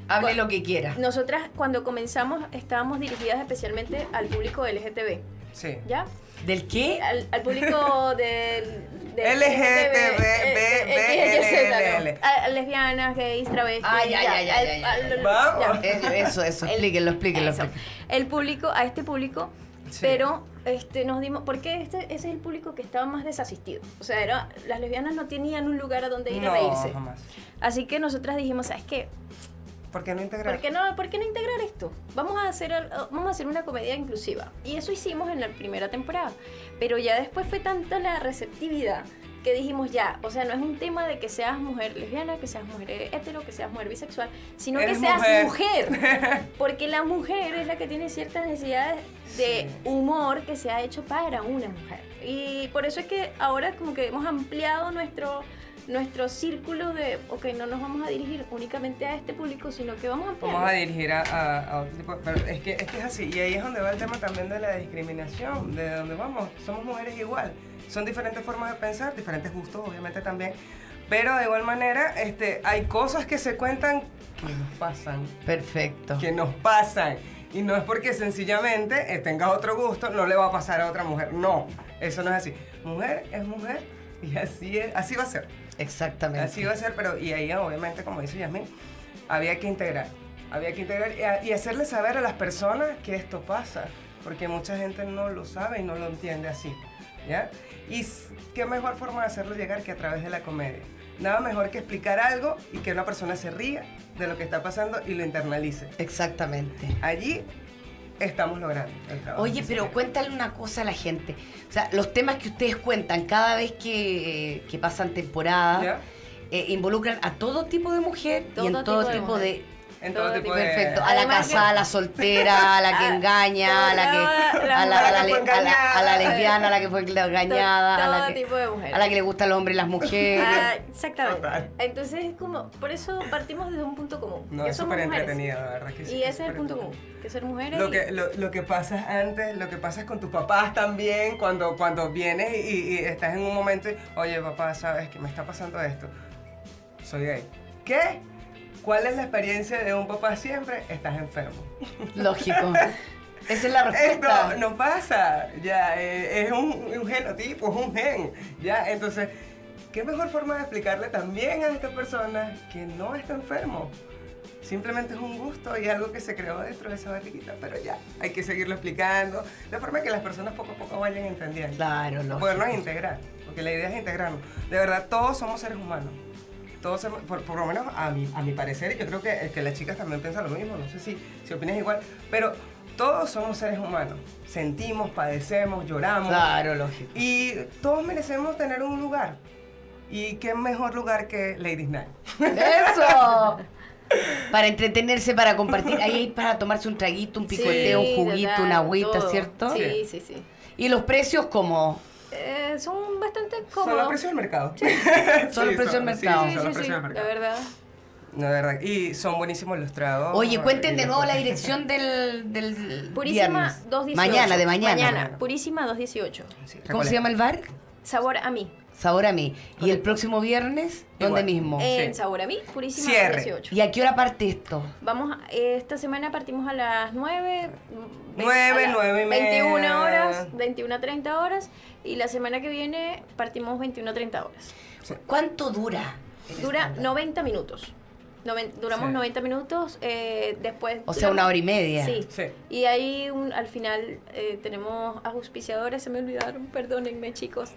Hable lo que quiera. Nosotras cuando comenzamos estábamos dirigidas especialmente al público LGTB. Sí. ¿Ya? ¿Del qué? Al, al público del. del LGTB, eh, LGTB, BLL. A- a Lesbianas, gays, travestis. Ah, ya, ya, ya, al- ya, ya, al- ya. Vamos. Eso, eso, eso, explíquenlo, explíquenlo. Eso. explíquenlo. El público, a este público, Sí. pero este, nos dimos, porque este, ese es el público que estaba más desasistido. O sea, era, las lesbianas no tenían un lugar a donde ir a reírse. No, jamás. Así que nosotras dijimos, ¿sabes qué? ¿Por qué no integrar? ¿Por qué no, por qué no integrar esto? Vamos a, hacer, al- oh, vamos a hacer una comedia inclusiva. Y eso hicimos en la primera temporada. Pero ya después fue tanta la receptividad que dijimos ya, o sea, no es un tema de que seas mujer lesbiana, que seas mujer hetero, que seas mujer bisexual, sino Eres que seas mujer. mujer. Porque la mujer es la que tiene ciertas necesidades de Sí. humor que se ha hecho para una mujer. Y por eso es que ahora como que hemos ampliado nuestro, nuestro círculo de, ok, no nos vamos a dirigir únicamente a este público, sino que vamos a ampliar. Vamos a dirigir a, a- a otro tipo. Pero es que, es que es así. Y ahí es donde va el tema también de la discriminación, de donde vamos. Somos mujeres igual. Son diferentes formas de pensar, diferentes gustos, obviamente también. Pero de igual manera, este, hay cosas que se cuentan que nos pasan. Perfecto. Que nos pasan. Y no es porque sencillamente eh, tengas otro gusto, no le va a pasar a otra mujer. No, eso no es así. Mujer es mujer y así, es, así va a ser. Exactamente. Así iba a ser, pero y ahí obviamente, como dice Yasmin, había que integrar. Había que integrar y, a- y hacerle saber a las personas que esto pasa, porque mucha gente no lo sabe y no lo entiende así, ¿ya? Y s- qué mejor forma de hacerlo llegar que a través de la comedia. Nada mejor que explicar algo y que una persona se ría de lo que está pasando y lo internalice. Exactamente. Allí estamos logrando el trabajo. Oye, pero cuéntale una cosa a la gente. O sea, los temas que ustedes cuentan cada vez que, eh, que pasan temporada Ya. eh, involucran a todo tipo de mujer Todo y en todo tipo de tipo de... mujer. En todo, todo tipo tipo- de... Perfecto. A la Además que- casada, a la soltera, a la que Ah, engaña, a la que... la- A la, a la la que le- fue a la- a la engañada. lesbiana, a la que fue engañada, a Todo la que, tipo de mujeres. a la que le gusta el hombre y las Ah, mujeres. exactamente. Total. Entonces es como, por eso partimos desde un punto común. No, que es somos súper mujeres. entretenido, la verdad que sí, Y ese es el súper punto común, entretenido. que ser mujeres Lo y- que, lo, lo que pasas antes, lo que pasas con tus papás también, cuando, cuando vienes y, y estás en un momento y, oye, papá, sabes que me está pasando esto. Soy gay. ¿Qué? ¿Cuál es la experiencia de un papá siempre? Estás enfermo. Lógico. Esa es la Esto respuesta. no pasa. Ya, eh, es un, un genotipo, es un gen. Ya, entonces, ¿qué mejor forma de explicarle también a esta persona que no está enfermo? Simplemente es un gusto y algo que se creó dentro de esa barriguita, pero ya, hay que seguirlo explicando, de forma que las personas poco a poco vayan entendiendo. Claro, Para lógico. Pues podernos integrar, porque la idea es integrarnos. De verdad, todos somos seres humanos. Todos somos- por, por lo menos a mi, a mi parecer, y yo creo que, que las chicas también piensan lo mismo, no sé si, si opinas igual, pero todos somos seres humanos. Sentimos, padecemos, lloramos. Claro, lógico. Y todos merecemos tener un lugar. Y qué mejor lugar que Ladies Night. ¡Eso! Para entretenerse, para compartir. Ahí hay para tomarse un traguito, un Sí, picoteo, un juguito, total, una agüita, todo. ¿cierto? Sí, sí, sí. Y los precios como... Eh, son bastante Son los cómodos. precios del mercado. Sí. Son los precios del mercado. Sí, Sí, son sí, los sí, precios del la mercado. verdad. No, de verdad. Y son buenísimos los tragos. Oh, Oye, cuenten de Y- nuevo la dirección del, del Purísima viernes. 218. Mañana, de mañana. Mañana, Purísima 218. Sí, ¿Cómo se llama el bar? Sabor a mí. Sabor a mí. ¿Y el próximo viernes? ¿Dónde Igual. mismo? En Sabor a mí, Purísima Cierre. 218. ¿Y a qué hora parte esto? Vamos, a- esta semana partimos a las 9. Nueve, nueve y media. 21 horas, 21 a 30 horas. Y la semana que viene partimos 21 a 30 horas. ¿Cuánto dura? el Dura stand-up? 90 minutos. Noven- duramos Sí. 90 minutos, eh, después... O sea, una hora y media. Sí. Sí. Y ahí un- al final eh, tenemos auspiciadores, se me olvidaron, perdónenme chicos,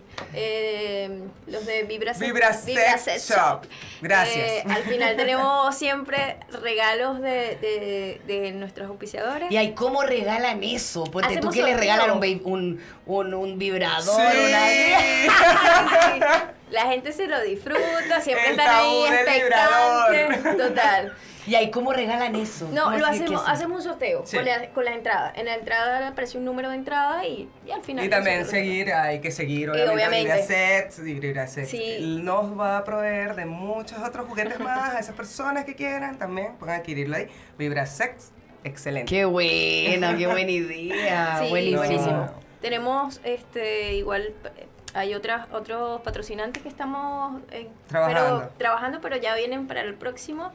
Eh, los de Vibra, Sex- Vibra Sex Shop. Gracias. Eh, al final tenemos siempre regalos de, de- de nuestros auspiciadores. Y ahí, ¿cómo regalan eso? Porque tú Hacemos que le sorteo. regalan un, babe- un, un, un vibrador, una... Sí. Sí, La gente se lo disfruta, siempre El están ahí tabú del vibrador. expectantes. Total. Y ahí, ¿cómo regalan eso? No, ¿Cómo lo así que hacemos, hacen? hacemos un sorteo Sí. con, la, con la entrada. En la entrada aparece un número de entrada y, y al final. Y también nosotros- seguir, hay que seguir, obviamente, obviamente. Vibra Sets, Vibra Sets. Sí. Nos va a proveer de muchos otros juguetes más a esas personas que quieran también, pueden adquirirlo ahí. Vibra Sex, excelente. Qué bueno, qué buena idea. Sí, buenísimo. buenísimo. Tenemos este igual eh, hay otras otros patrocinantes que estamos eh, Trabajando. Pero, trabajando, pero ya vienen para el próximo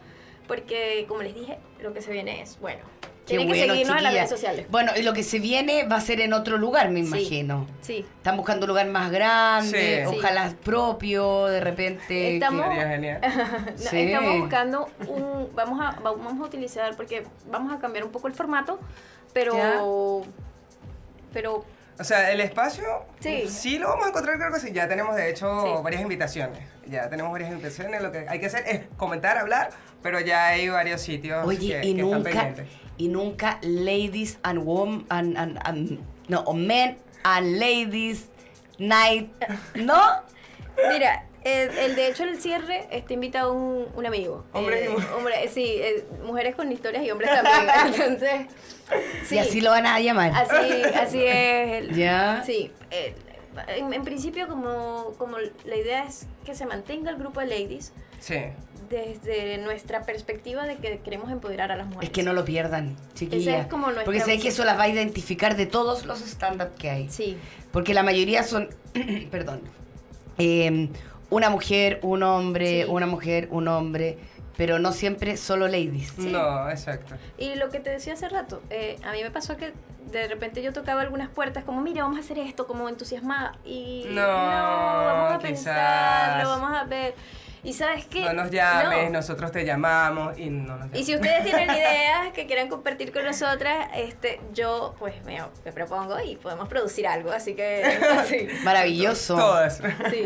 porque como les dije, lo que se viene es bueno. Tienen que seguirnos en las chiquilla. redes sociales. Bueno, y lo que se viene va a ser en otro lugar, me imagino. Sí. Están buscando un lugar más grande, Sí. ojalá propio, de repente. Estamos, Sería genial. No, Sí. estamos buscando un. Vamos a, va- vamos a utilizar, porque vamos a cambiar un poco el formato, pero. Pero. O sea, el espacio Sí. sí lo vamos a encontrar, creo que sí. Ya tenemos, de hecho, Sí. varias invitaciones. Ya tenemos varias invitaciones. Lo que hay que hacer es comentar, hablar, pero ya hay varios sitios Oye, que, y que están nunca, pendientes. y nunca ladies and women, and, and- and- no, o men and ladies night, ¿no? Mira, eh, el, de hecho, el cierre está invitado un, un amigo. Hombres y Eh, mujeres. hombre- sí, eh, mujeres con historias y hombres también. Entonces. Sí, Y así lo van a llamar. así, así es. el- ¿Ya? Sí. eh, en, en principio, como, como la idea es que se mantenga el grupo de ladies Sí. desde nuestra perspectiva de que queremos empoderar a las mujeres. Es que no lo pierdan, chiquillas. Esa es como nuestra Porque sabéis visión. que eso las va a identificar de todos los stand-up que hay. Sí. Porque la mayoría son, perdón, eh, una mujer, un hombre, Sí. una mujer, un hombre, pero no siempre solo ladies. No, exacto. Y lo que te decía hace rato, eh, a mí me pasó que de repente yo tocaba algunas puertas como, mira, vamos a hacer esto, como entusiasmada. Y No, vamos a quizás. pensarlo, vamos a ver. Y sabes qué... No nos llames, No. nosotros te llamamos y no nos llames. Y si ustedes tienen ideas que quieran compartir con nosotras, este, yo pues me, me propongo y podemos producir algo, así que... Sí. Maravilloso. Todas. sí.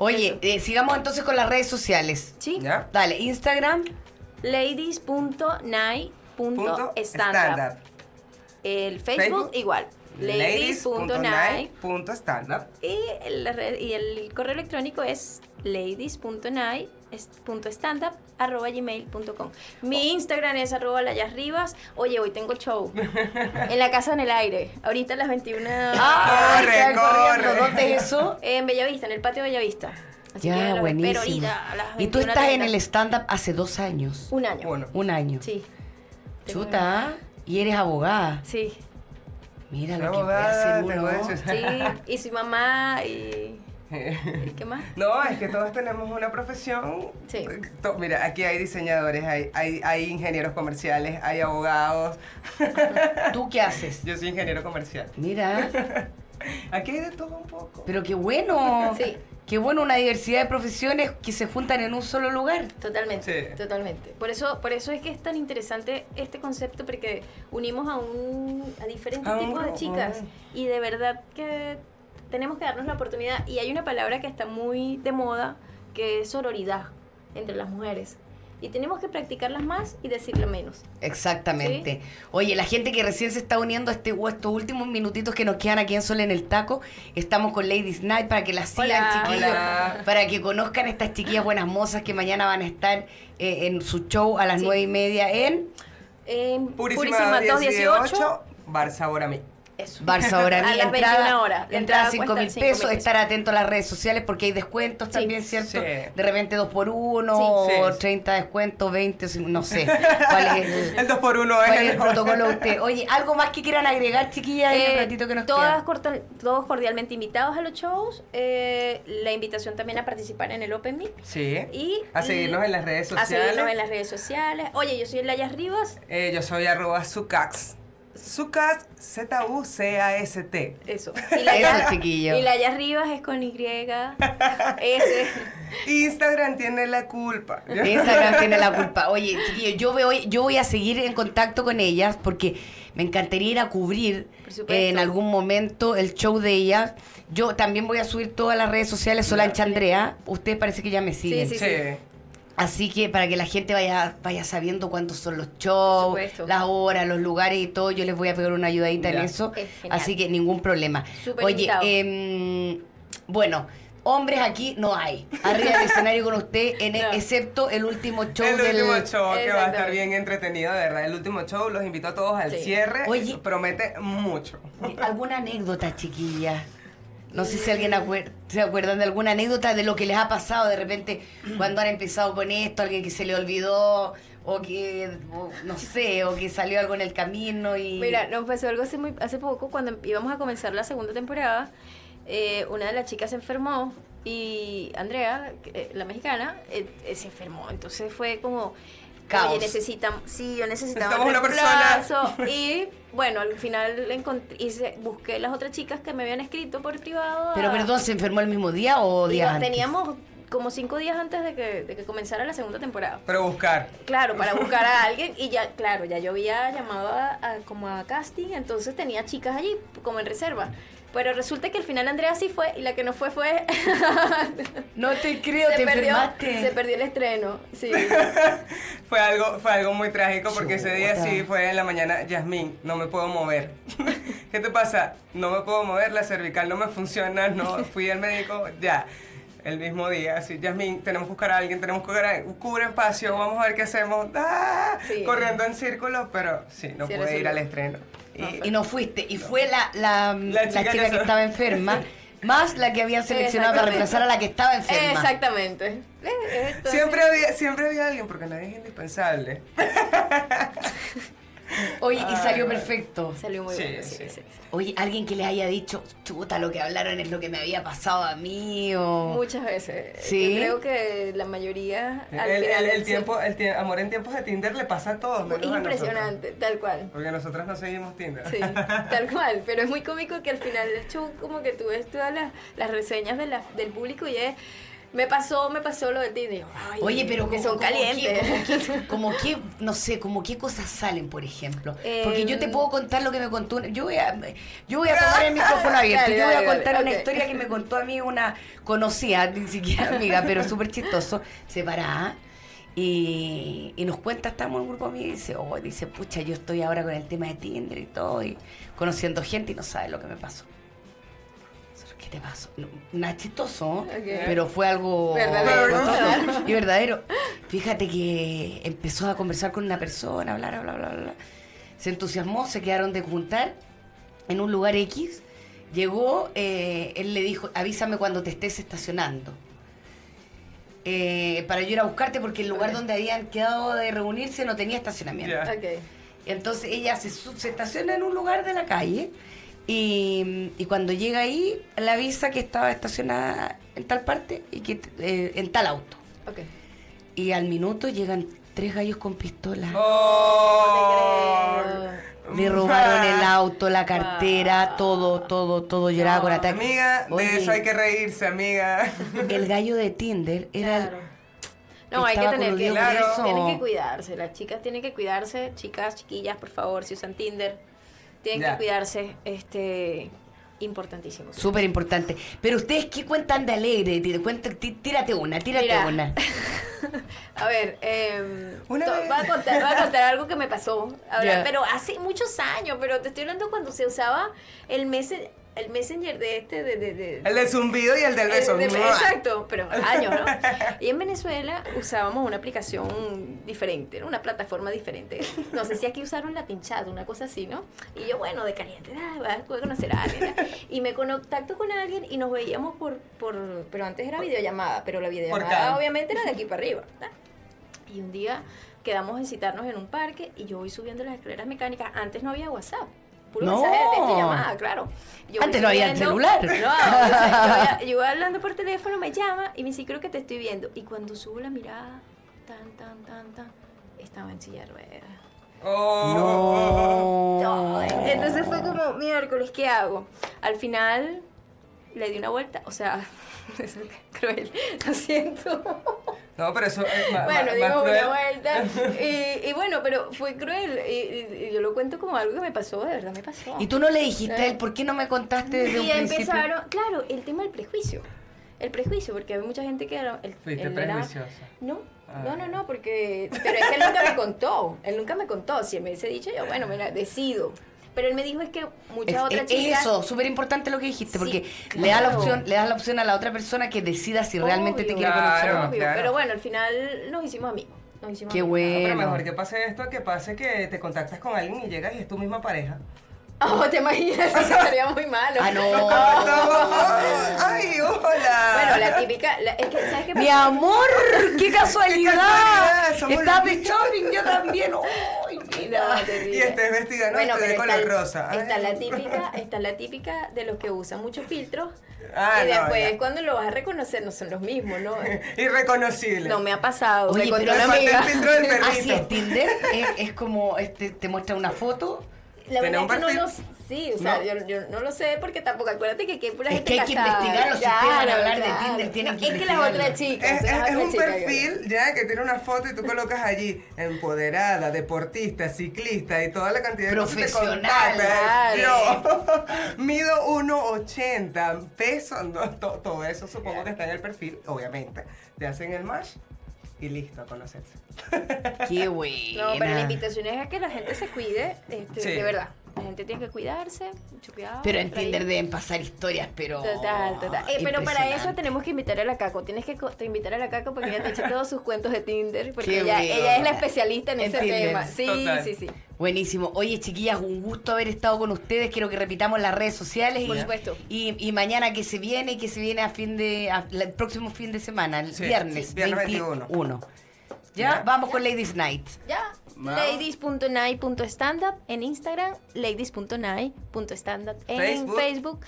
Oye, eh, sigamos entonces con las redes sociales. Sí. ¿Ya? Dale, Instagram. Punto Ladies.night.standup. stand-up. El Facebook, Facebook, igual. Ladies.night. Ladies.night.standup. Y el, re- y el correo electrónico es ladies.night.standup.gmail.com Oh. Mi Instagram es arroba layasribas. Oye, hoy tengo show. En la casa en el aire. Ahorita a las 21. Ah, Corre, están corriendo. corre. ¿Dónde es eso? En Bellavista, en el patio de Bellavista. Así que ya, los espero buenísimo. ahorita a las y tú 21:30. estás en el stand-up hace dos años. Un año. Bueno, Un año. Sí. Tengo- Chuta, y eres abogada. Sí. Mira soy lo que puede abogada, hacer te uno. voy a decir. Sí. Y su mamá y. ¿y ¿Qué más? No, es que todos tenemos una profesión. Sí. To- Mira, aquí hay diseñadores, hay, hay, hay ingenieros comerciales, hay abogados. ¿Tú qué haces? Yo soy ingeniero comercial. Mira, Aquí hay de todo un poco. pero qué bueno. Sí. Qué bueno una diversidad de profesiones que se juntan en un solo lugar. Totalmente, Sí. totalmente. Por eso, por eso es que es tan interesante este concepto, porque unimos a un a diferentes A un tipos de grupo, chicas. Y de verdad que tenemos que darnos la oportunidad. Y hay una palabra que está muy de moda, que es sororidad entre las mujeres. Y tenemos que practicarlas más y decirla menos. Exactamente. Oye, la gente que recién se está uniendo a este, o estos últimos minutitos que nos quedan aquí en Sol en el Taco, estamos con Ladies Night para que las sigan, Hola. chiquillos. Hola. Para que conozcan estas chiquillas buenas mozas que mañana van a estar eh, en su show a las Sí. nueve y media en En Purísima, Purísima 218. 218, Bar Sabor a mí. Eso. Barça Ahora A Mía. las entrada, 21 horas. La Entrada entrada 5 cuesta mil 5.000 pesos. pesos. Estar atento a las redes sociales porque hay descuentos también, ¿cierto? Sí. De repente dos por uno, Sí. o Sí. 30 descuentos, 20, o cinco- no sé. ¿Cuál es el, El 2x1 cuál es es el protocolo de usted? Oye, ¿algo más que quieran agregar, chiquillas, en el Eh, ratito que nos todas queda? corta- todos cordialmente invitados a los shows. eh, la invitación también a participar en el Open Mic. Sí. Y a seguirnos en las redes A sociales. seguirnos en las redes sociales. Oye, yo soy Laya Rivas. Eh, yo soy arroba Zucax. Zucax, Z-U-C-A-S-T. Eso. Y Laya, Eso, chiquillo. Y Laya Rivas es con Y. S. Instagram tiene la culpa. Instagram tiene la culpa. Oye, chiquillos, yo voy, yo voy a seguir en contacto con ellas porque me encantaría ir a cubrir Por supuesto. eh, en algún momento el show de ellas. Yo también voy a subir todas las redes sociales, Solancha Andrea. Ustedes parece que ya me siguen. sí, Sí. sí. Así que para que la gente vaya, vaya sabiendo cuántos son los Por shows, supuesto. las horas, los lugares y todo, yo les voy a pegar una ayudadita en Ya. eso. Es genial. Así que ningún problema. Súper Oye, invitado. em, bueno, hombres aquí no hay. Arriba del escenario con usted, en No. excepto el último show el del. último show que va a estar Exactamente. bien entretenido, de verdad. El último show, los invito a todos al Sí. cierre. Oye. Promete mucho. Eh, ¿Alguna anécdota, chiquilla? No sé si alguien acuer- se acuerdan de alguna anécdota de lo que les ha pasado de repente cuando han empezado con esto, alguien que se le olvidó o que, o no sé, o que salió algo en el camino y... Mira, nos pasó algo hace, muy, hace poco cuando íbamos a comenzar la segunda temporada. eh, una de las chicas se enfermó y Andrea, que- eh, la mexicana, eh, eh, se enfermó. Entonces fue como, Caos. Oye, necesitamos, sí, yo necesitaba Necesitamos una un persona. reemplazo. Y bueno, al final encontré, hice- busqué las otras chicas que me habían escrito por privado. a- Pero perdón, ¿se enfermó el mismo día o y días nos antes? teníamos como cinco días antes de que, de que comenzara la segunda temporada. Pero buscar. Claro, para buscar a alguien y ya, claro, ya yo había llamado a, a- como a casting, entonces tenía chicas allí como en reserva. Pero resulta que al final Andrea sí fue y la que no fue fue... No te creo, te perdió, enfermaste. se perdió el estreno, sí. Fue algo, fue algo muy trágico porque ese día Chuta. sí fue en la mañana, Yasmín, no me puedo mover. ¿Qué te pasa? No me puedo mover, la cervical no me funciona, no fui al médico, ya. El mismo día, así, Yasmín, tenemos que buscar a alguien, tenemos que buscar a alguien, cubre espacio, vamos a ver qué hacemos. ¡Ah! Sí. Corriendo en círculo, pero sí, no Sí, pude ir resultó. al estreno. Y Y no fuiste. Y fue la, la, La la chica, chica que que se- estaba enferma, más la que habían seleccionado para Exactamente. reemplazar a la que estaba enferma. Exactamente. Eh, esto- siempre, había, siempre había alguien porque nadie es indispensable. Oye, y salió Ay, perfecto. Salió muy Sí, bueno, sí, sí. sí, sí. Oye, alguien que les haya dicho, chuta, lo que hablaron es lo que me había pasado a mí o... Muchas veces. Sí. Yo creo que la mayoría El, al el- final el sí. tiempo, el tie- amor en tiempos de Tinder le pasa a todos. es menos a nosotros. impresionante, tal cual. Porque nosotras no seguimos Tinder. Sí, tal cual, pero es muy cómico que al final del show como que tú ves todas las, las reseñas de la- del público y es, me pasó, me pasó lo de ti, y digo, "Ay, Oye, pero que como- son como calientes. que- Como que, como que, no sé, como qué cosas salen, por ejemplo. Porque Eh, yo te puedo contar lo que me contó. una- Yo voy a, yo voy a tomar el micrófono abierto. Dale, yo voy a dale, dale, contar una ok. historia que me contó a mí una conocida, ni siquiera amiga, pero súper chistoso, separada. Y, y nos cuenta, estamos en un grupo mío y dice, oh, dice, pucha, yo estoy ahora con el tema de Tinder y todo, y conociendo gente y no sabes lo que me pasó. Nosotros, ¿Qué te pasó? No, nada chistoso, Ok. pero fue algo Verdadero, costoso ¿verdad? y verdadero. Fíjate que empezó a conversar con una persona, bla, bla, bla, bla, bla. Se entusiasmó, se quedaron de juntar en un lugar X. Llegó, eh, él le dijo, avísame cuando te estés estacionando. Eh, para yo ir a buscarte porque el lugar Ok. donde habían quedado de reunirse no tenía estacionamiento. Ya. Ok. Entonces ella se, su- se estaciona en un lugar de la calle y, y cuando llega ahí le avisa que estaba estacionada en tal parte y que eh, en tal auto. Ok. Y al minuto llegan tres gallos con pistolas. Oh, No Le robaron el ah. auto, la cartera, Ah. todo, todo, todo. Lloraba con ataque. Amiga, de Oye, eso hay que reírse, amiga. El gallo de Tinder era. el- Claro. No, hay que Estaba tener que, coludido con claro, eso. tienen que cuidarse. Las chicas tienen que cuidarse. Chicas, chiquillas, por favor, si usan Tinder, tienen Ya. que cuidarse. Este, importantísimo. Súper importante. Pero ustedes, ¿qué cuentan de alegre? Tira- cuenta- tí- Tírate una, tírate Mira. una. A ver, eh, Una to- vez- voy, a contar, voy a contar algo que me pasó. Ahora, Ya. Pero hace muchos años, pero te estoy hablando cuando se usaba el, messe- el messenger de este, de- de- de, El de zumbido y el del beso. Mm. Eh, de- exacto, pero años, ¿no? Y en Venezuela usábamos una aplicación diferente, ¿no? una plataforma diferente. No sé si aquí usaron la pinchada, una cosa así, ¿no? Y yo, bueno, de caliente, ah, voy a conocer a alguien. ¿no? Y me contacto con alguien y nos veíamos por, por pero antes era videollamada, pero la cable. videollamada obviamente era de aquí para arriba, ¿no? Y un día quedamos en citarnos en un parque y yo voy subiendo las escaleras mecánicas. Antes no había WhatsApp. Puro No. mensaje de texto y llamada, claro. Yo voy Antes no había subiendo- celular. No, yo, voy- yo voy hablando por teléfono, me llama y me dice, creo que te estoy viendo. Y cuando subo la mirada, tan, tan, tan, tan, estaba en silla de ruedas. Oh, No. Entonces fue como, miércoles, ¿qué hago? Al final le di una vuelta, o sea, eso es cruel, lo siento. No, pero eso es ma- ma- Bueno, más dimos cruel. una vuelta. Y, y bueno, pero fue cruel. Y, y- y yo lo cuento como algo que me pasó, de verdad me pasó. ¿Y tú no le dijiste a él por qué no me contaste desde Eh. Y un principio? empezaron, claro, el tema del prejuicio. El prejuicio, porque hay mucha gente que. era- El, Fuiste el- era- prejuiciosa. No, Ah. no, no, no, porque. Pero es que él nunca me contó. Él nunca me contó. Si él me hubiese dicho, yo, bueno, mira, decido. Pero él me dijo es que Es, muchas otras es- es chicas. eso, súper importante lo que Sí, dijiste, porque le das la claro. opción, le das la opción a la otra persona que decida si realmente te Obvio, quiere Claro. conocer o no. obvio, claro. Pero bueno, al final nos hicimos amigos. Nos hicimos Qué amigos. No, pero bueno. mejor que pase esto, que pase que te contactas con alguien y llegas y es tu misma pareja. Oh, te imaginas, eso sería muy malo. Ah, no. ¡Ay, hola! Oh. Bueno, la típica, la- es que, ¿sabes qué? Mi amor, qué casualidad. casualidad, somos Estaba los en mismos. shopping, yo también. Ay, mira. no, terrible. Y estés vestida, no, Bueno, estoy de pero color está- rosa. Ay, Está no. la típica, está la típica de los que usan muchos filtros. Ah, y no, después ya. cuando lo vas a reconocer no son los mismos, ¿no? Irreconocible. No me ha pasado. Oye, me contó pero una le falta el amiga. filtro del perrito. Así es, Tinder es, es como, este, te muestra una foto. La verdad ¿Tenés un es que no perfil? lo sí, o sea, No. Yo, yo no lo sé porque tampoco acuérdate que aquí hay pura Es gente que hay que casada. investigar los Claro, sistemas, hablar de claro. Tinder, tienen No, que Es que la otra investigarlo. chica, Es, o sea, es- la es otra un ah, chica, perfil ya que tiene una foto y tú colocas allí empoderada, deportista, ciclista y toda la cantidad de cosas que te Profesional, contactan. claro. Yo mido 1,80 peso, no, to- todo eso supongo que está en el perfil, obviamente. Te hacen el match y listo, a conocerse. Qué yo- buena. No, pero la invitación es a que la gente se cuide, este, Sí. de verdad. La gente tiene que cuidarse, mucho cuidado. Pero en por ahí. Tinder deben pasar historias, pero. Total, total. Eh, pero para eso Ah, impresionante. tenemos que invitar a la Caco. Tienes que co- te invitar a la Caco porque ella te echa todos sus cuentos de Tinder. Qué Porque ella, bueno. ella es la especialista en, En ese Tinder, tema. Sí, total. sí, sí. Buenísimo. Oye, chiquillas, un gusto haber estado con ustedes. Quiero que repitamos las redes sociales. Por y, supuesto. Y, y mañana que se viene, que se viene a fin de. a- la- el próximo fin de semana, el Sí, viernes. sí, viernes 21. ¿Ya? Ya. Vamos con Ladies Night. Ya, Vamos. ladies.nai.standup en Instagram, ladies.nai.standup en Facebook. Facebook,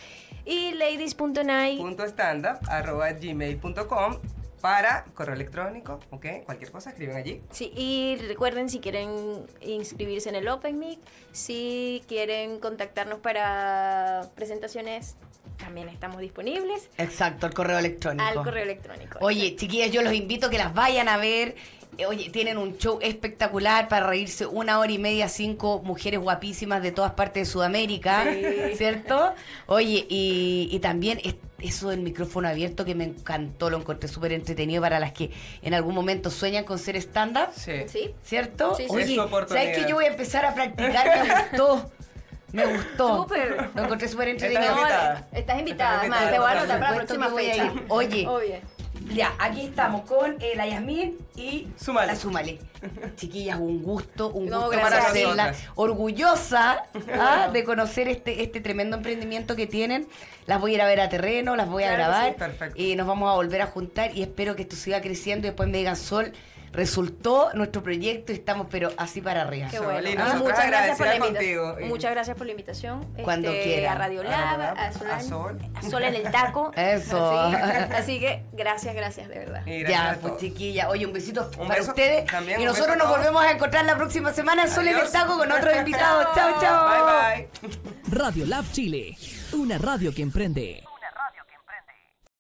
y ladies.nai. Punto standup, arroba gmail.com para correo electrónico, ¿ok? Cualquier cosa escriben allí. Sí, y recuerden si quieren inscribirse en el Open Mic, si quieren contactarnos para presentaciones, también estamos disponibles Exacto, el correo electrónico. al correo electrónico. Oye, chiquillas, yo los invito a que las vayan a ver. Eh, Oye, tienen un show espectacular para reírse una hora y media, cinco mujeres guapísimas de todas partes de Sudamérica, ¿cierto? Oye, y, y también es- eso del micrófono abierto que me encantó, lo encontré súper entretenido para las que en algún momento sueñan con ser stand-up, Sí. ¿Sí? ¿cierto? Sí, sí. Es Oye, su oportunidad. ¿sabes qué? Yo voy a empezar a practicar, me gustó. Me gustó. Súper. Lo encontré súper Estás entretenido. invitada. Estás invitada, Estás además, te voy a anotar para la Por supuesto próxima que voy a fecha. ir. Oye. Obvio. Ya, aquí estamos con eh, la Yasmín y Súmale. la Súmale. Chiquillas, un gusto, un No, gusto gracias para a ti. hacerla. Orgullosa ¿ah? de conocer este, este tremendo emprendimiento que tienen. Las voy a ir a ver a terreno, las voy a Claro que grabar. sí. Perfecto. Y nos vamos a volver a juntar y espero que esto siga creciendo y después me digan Sol. Resultó nuestro proyecto y estamos pero así para arriba. Qué Sabrina, bueno. nosotras muchas gracias por la agradecidas invitación. contigo. Muchas gracias por la invitación. Cuando Este, quieran. A Radio A Lab, Radio Lab, a Sol, a Sol. a Sol en el taco. Eso. Así, así que gracias, gracias, de verdad. Y gracias Ya, a pues todos. chiquilla, oye, un besito Un para beso ustedes. también, y un beso nosotros a nos todos. volvemos a encontrar la próxima semana en Sol en el Adiós. Taco con otros invitados. Chao, chao. Bye, bye. Radio Lab Chile, una radio que emprende.